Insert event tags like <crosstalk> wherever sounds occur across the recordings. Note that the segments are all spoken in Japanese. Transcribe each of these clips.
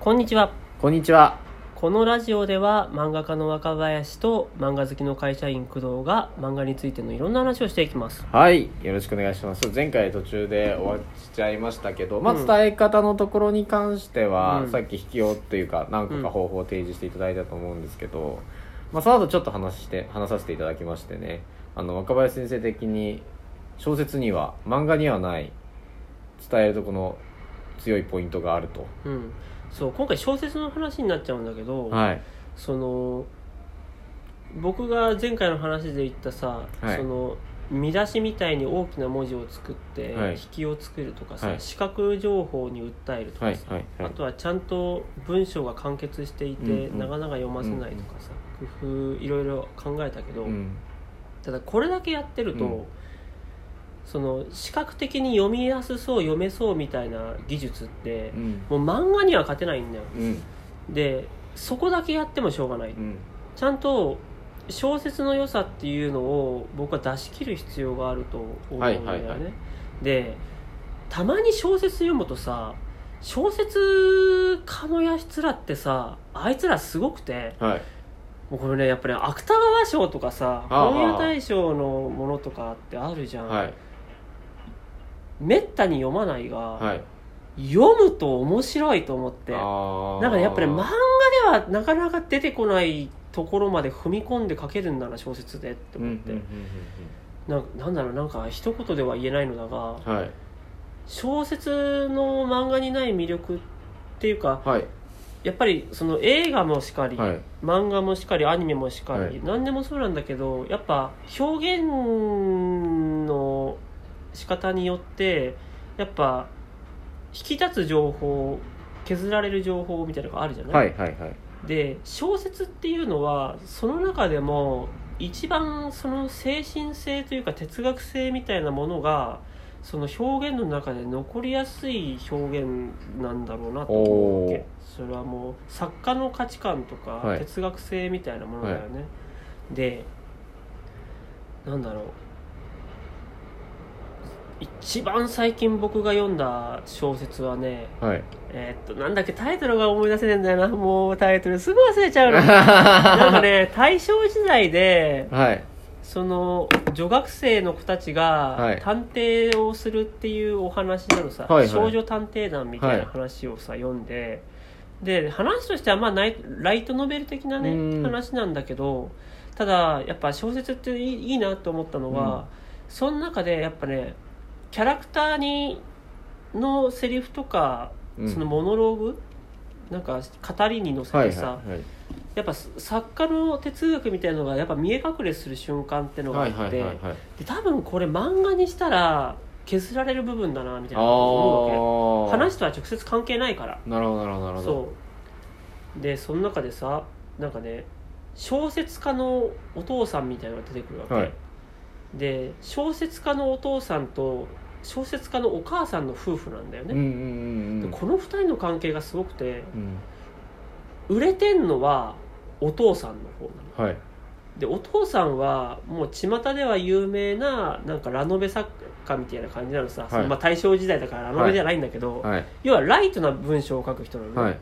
こんにちは。こんにちは。このラジオでは漫画家の若林と漫画好きの会社員工藤が漫画についてのいろんな話をしていきます。はい、よろしくお願いします。前回途中で終わっちゃいましたけど、まあ、うん伝え方のところに関しては、うんさっき引きようっていうか、何個か方法を提示していただいたと思うんですけど、まあ、その後ちょっと話して、話させていただきましてね、あの、若林先生的に、小説には、漫画にはない、伝えるとこの強いポイントがあると。うん。そう、今回小説の話になっちゃうんだけど、はい。その、僕が前回の話で言ったさ、はいその、見出しみたいに大きな文字を作って、はい引きを作るとかさ、はい視覚情報に訴えるとかはいさ、、はい、はあい。とはちゃんと文章が完結していて、うんうん長々読ませないとかさ、工夫いろいろ考えたけど、うん。ただこれだけやってると、うんその視覚的に読みやすそう読めそうみたいな技術ってう、ん。もう漫画には勝てないんだようん。でそこだけやってもしょうがない、うん。ちゃんと小説の良さっていうのを僕は出し切る必要があると思うんだよね、はいはいはいでたまに小説読むとさ小説家のやつらってさあいつらすごくてはい。もうこれねやっぱり芥川賞とかさああ本屋大賞のものとかってあるじゃん、はい。めったに読まないが、はい。読むと面白いと思ってあーだからやっぱり漫画ではなかなか出てこないところまで踏み込んで書けるんだな小説でってうんうん思っうんて、なんなんだろうなんか一言では言えないのだがうんうんはい小説の漫画にない魅力っていうかはいやっぱりその映画もしかり、はい漫画もしかりアニメもしかり、はい何でもそうなんだけどやっぱ表現の仕方によってやっぱ引き立つ情報削られる情報みたいなのがあるじゃない、はいはいはいで小説っていうのはその中でも一番その精神性というか哲学性みたいなものがその表現の中で残りやすい表現なんだろうなと思うわおーけそれはもう作家の価値観とか、はい哲学性みたいなものだよね、でなんだろう一番最近僕が読んだ小説はねはいえーっと、なんだっけ、タイトルが思い出せねえんだよな、もうタイトル、すぐ忘れちゃう <laughs> の。なんかはね、大正時代で、いその、女学生の子たちはがい、探偵をするっていうお話なのさ、はいはい少女探偵団みたいな話をさ、読んで、で、話としては、まあ、ナイライトノベル的なうね、ん話なんだけど、ただ、やっぱ小説っていいいいなと思ったのは、その中で、やっぱね、キャラクターに、のセリフとか、うんそのモノローグなんか語りに乗せはいてはいさ、はいやっぱ作家の哲学みたいなのがやっぱ見え隠れする瞬間ってのがあはっいて、はいはいはいで多分これ漫画にしたら削られる部分だなみたいあな思うわけー話とは直接関係ないからなるほどなるほどなるほどそうでその中でさなんかね小説家のお父さんみたいなのが出てくるわけ、はいで小説家のお父さんと小説家のお母さんの夫婦なんだようんうね、んうんうでんこの二人の関係がすごくてうん売れてんのはお父さんの方なのはいでお父さんはもう巷では有名ななんかラノベ作家みたいな感じなのさ、そのまあ、大正時代だからラノベじゃないんだけど、はい要はライトな文章を書く人なのね、はい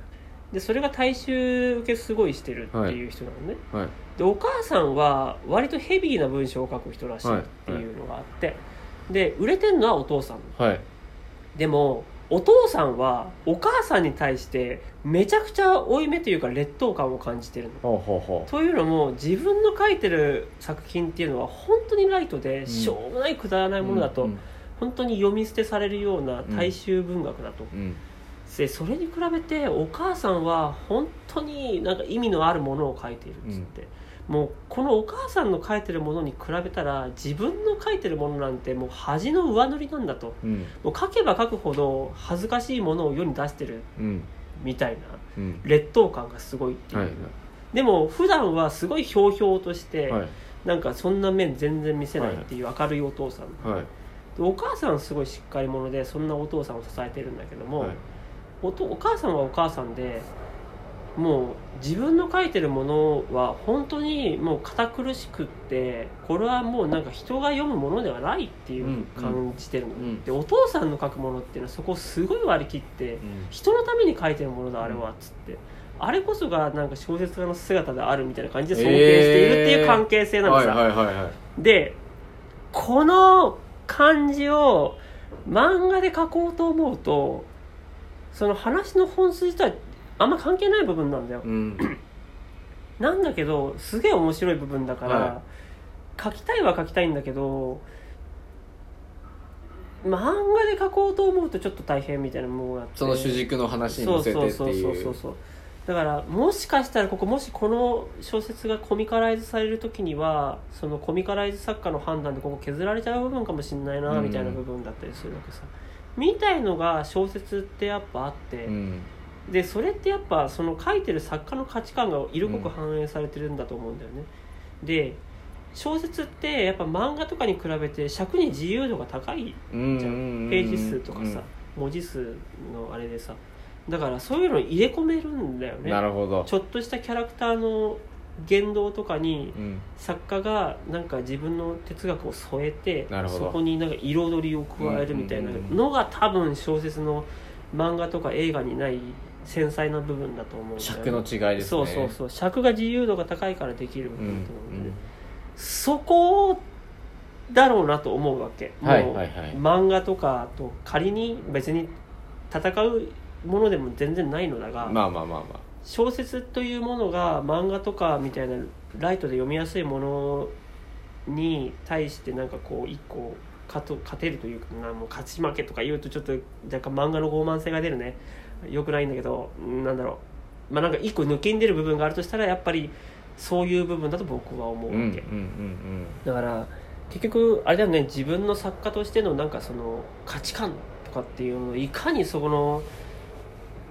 でそれが大衆受けすごいしてるっていう人なのね、はいでお母さんは割とヘビーな文章を書く人らしいっていうのがあって、で売れてるのはお父さんはいでもお父さんはお母さんに対してめちゃくちゃ負い目というか劣等感を感じてるのほうほうほというのも自分の書いてる作品っていうのは本当にライトでんしょうもないくだらなういものだとうん本当に読み捨てされるような大衆文学だと、うんでそれに比べてお母さんは本当になんか意味のあるものを書いているっつって、もうこのお母さんの書いてるものに比べたら自分の書いてるものなんてもう恥の上塗りなんだとうんもう書けば書くほど恥ずかしいものを世に出してるうんみたいなうん劣等感がすごいっていう、はいでも普段はすごいひょうひょうとして、はいなんかそんな面全然見せないっていう明るいお父さん、はいでお母さんはすごいしっかり者でそんなお父さんを支えてるんだけども、はいおとお母さんはお母さんでもう自分の書いてるものは本当にもう堅苦しくってこれはもうなんか人が読むものではないっていう感じてるの、うんうんでお父さんの書くものっていうのはそこをすごい割り切ってうん人のために書いてるものだあれはっつってあれこそがなんか小説家の姿であるみたいな感じで尊敬しているっていう関係性なんではすいよ、はいはいはいでこの感じを漫画で書こうと思うとその話の本筋とはあんま関係ない部分なんだようん <clears throat> なんだけどすげえ面白い部分だから、は書きたいは書きたいんだけど漫画で書こうと思うとちょっと大変みたいなものがあってその主軸の話にそ乗うせそてうってそういそううそうそうだからもしかしたらここもしこの小説がコミカライズされる時にはそのコミカライズ作家の判断でここ削られちゃう部分かもしれないなうんみたいな部分だったりするわけさ、みたいのが小説ってやっぱあって、うんでそれってやっぱその書いてる作家の価値観が色濃く反映されてるんだと思うんだよね、で小説ってやっぱ漫画とかに比べて尺に自由度が高いうんじゃあうんページ数とかさ、文字数のあれでさだからそういうの入れ込めるんだようんなねるほどちょっとしたキャラクターの言動とかにうん作家がなんか自分の哲学を添えてなるほどそこになんか彩りを加えるみたいなのが多分小説の漫画とか映画にない繊細な部分だと思うんだよね尺の違いですねそうそうそう尺が自由度が高いからできる部うん分だと思うんだよねそこだろうなと思うわけ、うんはいもうはいはい漫画とかと仮に別に戦うものでも全然ないのだが、まあまあまあまあ小説というものが漫画とかみたいなライトで読みやすいものに対してなんかこう一個勝と勝てるというかなもう勝ち負けとか言うとちょっと若干漫画の傲慢性が出るねよくないんだけどうんなんだろうまあなんか一個抜けんでる部分があるとしたらやっぱりそういう部分だと僕は思ううわんけ。うんうんだから結局あれだよね自分の作家としてのなんかその価値観とかっていうのをいかにそこの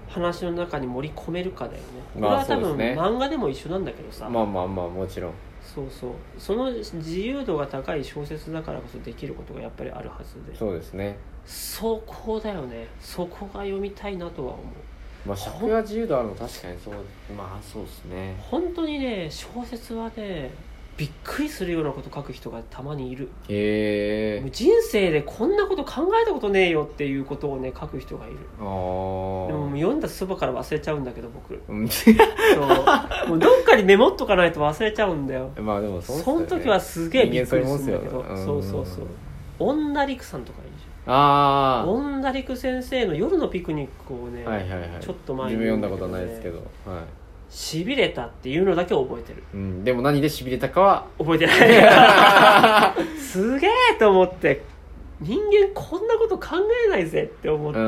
話の中に盛り込めるかだよねこれまあは多そ分、うですね漫画でも一緒なんだけどさ、うんまあまあまあもちろんそうそうその自由度が高い小説だからこそできることがやっぱりあるはずでそうですねそこだよねそこが読みたいなとは思うまあ尺が自由度あるの確かにそうまあそうですね本当にね小説はねびっくりするようなこと書く人がたまにいるへえもう人生でこんなこと考えたことねえよっていうことをね書く人がいるああでももう読んだそばから忘れちゃうんだけど僕うんそうもうどっかにメモっとかないと忘れちゃうんだよ <laughs> まあでもそうそっすよのね時はすげえびっくりするんだけ人ど間そういうもんっすよそうそうそう女陸さんとかいるじゃんあ女陸先生の夜のピクニックをね、あはいはいはいちょっと前に自分読んだことないですけど、はしびれたっていうのだけ覚えてるいうん、でも何でしびれたかは覚えてない <laughs> すげえと思って人間こんなこと考えないぜって思った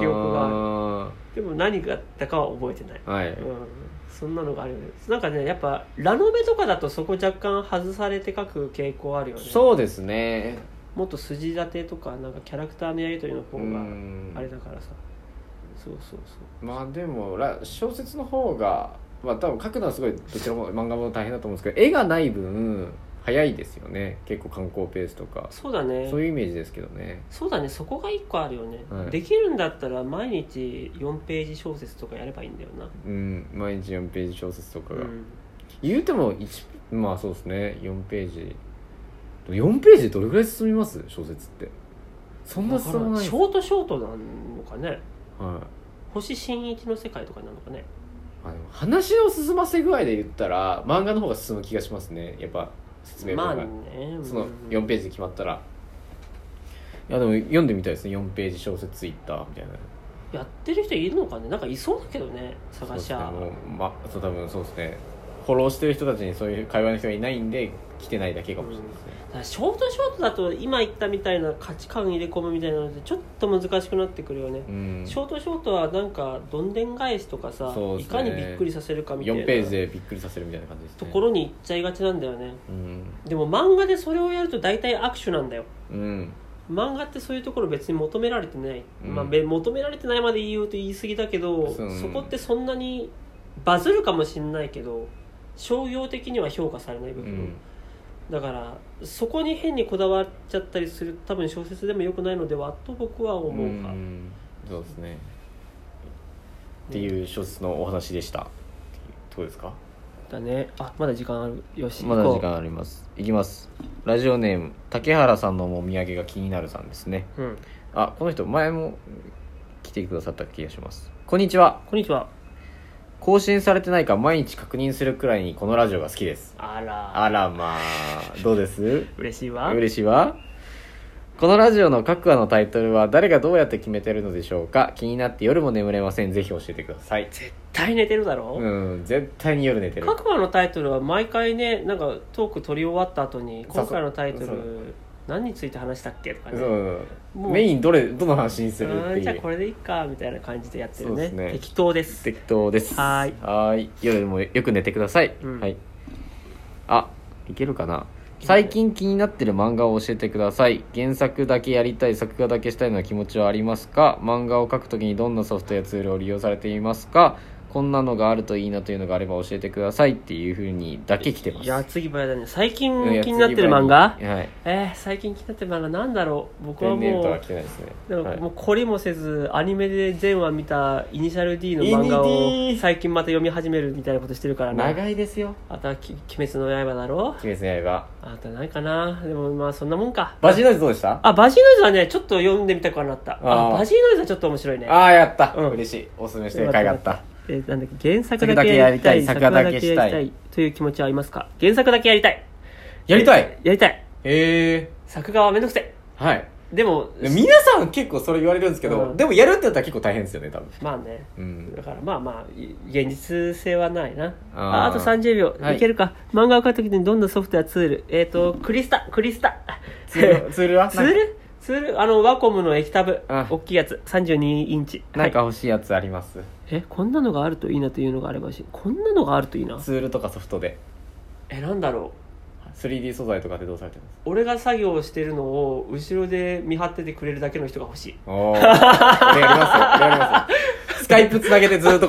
記憶があるがでも何があったかは覚えてない、はいうん、そんなのがあるよねなんかねやっぱラノベとかだとそこ若干外されて書く傾向あるよねそうですねもっと筋立てとかなんかキャラクターのやり取りの方うがんあれだからさ、そうそうまあでもら小説の方がまあ多分書くのはすごいどちらも漫画も大変だと思うんですけど絵がない分早いですよね結構観光ペースとかそうそうだねそういうイメージですけどねそうだねそこが一個あるよね、はいできるんだったら毎日4ページ小説とかやればいいんだよな、うん毎日4ページ小説とかうが、ん、言うても一まあそうですね4ページ4ページでどれぐらい進みます小説ってそんなだか進らまないショートショートなのかねはい星新一の世界とかなのかねあの話の進ませ具合で言ったら漫画の方が進む気がしますねやっぱ説明文まが、あねそのうん4ページで決まったらいやでも読んでみたいですね4ページ小説ツイッターみたいなやってる人いるのかねなんかいそうだけどねそう探ですしねゃもうまそう多分そうですねフォローしてる人たちにそういう会話の人がいないんで来てないだけかもしれないですね、だからショートショートだと今言ったみたいな価値観入れ込むみたいなのでちょっと難しくなってくるよね、うんショートショートはなんかどんでん返しとかさ、そうでいすねかにびっくりさせるかみたいな4ページでびっくりさせるみたいな感じですねところに行っちゃいがちなんだよねうんでも漫画でそれをやると大体握手なんだようん漫画ってそういうところ別に求められてない、うんまあ、べ求められてないまで言うと言い過ぎだけどそうそこってそんなにバズるかもしれないけど商業的には評価されない部う分、んだからそこに変にこだわっちゃったりすると多分小説でもよくないのではと僕は思うか、んそうですねっていう小説のお話でした、どうですかだねあまだ時間あるよしまだ行こう時間ありますいきますラジオネーム竹原さんのもみあげが気になるさんですねうんあこの人前も来てくださった気がしますこんにちはこんにちは更新されてないか毎日確認するくらいにこのラジオが好きですあらあらまあどうです嬉しいわ嬉しいわこのラジオの各話のタイトルは誰がどうやって決めてるのでしょうか気になって夜も眠れませんぜひ教えてください絶対寝てるだろ、うん絶対に夜寝てる各話のタイトルは毎回ねなんかトーク取り終わった後にそう今回のタイトル何について話したっけとかそねうもうメインどれどの話にするっうてんじゃあいうこれでいいかみたいな感じでやってるそうでねすね適当です適当ですはーいい夜もよく寝てください、うんはいあいけるかな最近気になってる漫画を教えてください原作だけやりたい作画だけしたいのは気持ちはありますか漫画を描くときにどんなソフトやツールを利用されていますかこんなのがあるといいなというのがあれば教えてくださいっていうふうにだけ来てますいや次ばやだね最近うんいや気になってる漫画次ははいえー、最近気になってる漫画なんだろう僕はペンネームもとはう来てないですねでも,、はいもう懲りもせずアニメで全話見たイニシャル D のイニ漫画を D 最近また読み始めるみたいなことしてるからね長いですよあとはき「鬼滅の刃」だろ鬼滅の刃あとないかなでもまあそんなもんかバジノイズどうでしたあバジーノイズはねちょっと読んでみたくはなったああーバジーノイズはちょっと面白いねああやった、うん嬉しいおすすめしてる回があったえーなんだっけ原作作だだけけややりりたたいい作画だけやり作画だけたやいりという気持ちはありますか原作だけやりたいやりたいやりたいへえ作画はめんどくせはい。えでも皆さん結構それ言われるんですけど、うんでもやるってなったら結構大変ですよね、多分。まあねうん。だからまあまあい現実性はないなあああーと30秒、はいい、けるか漫画を描くときにどんなソフトやツールえっ、とクリスタクリスタツー <laughs> ル、ツールは <laughs> ツールツールあのワコムの液タブあ大きいやつ32インチなんかはい欲しいやつあります。えこんなのがあるといいなというのがあればしこんなのがあるといいなツールとかソフトで。えなんだろう 3D 素材とかってどうされてます俺が作業してるのを後ろで見張っててくれるだけの人が欲しいおー。やりますよ、やりますよ。スカイプつなげてずっとこう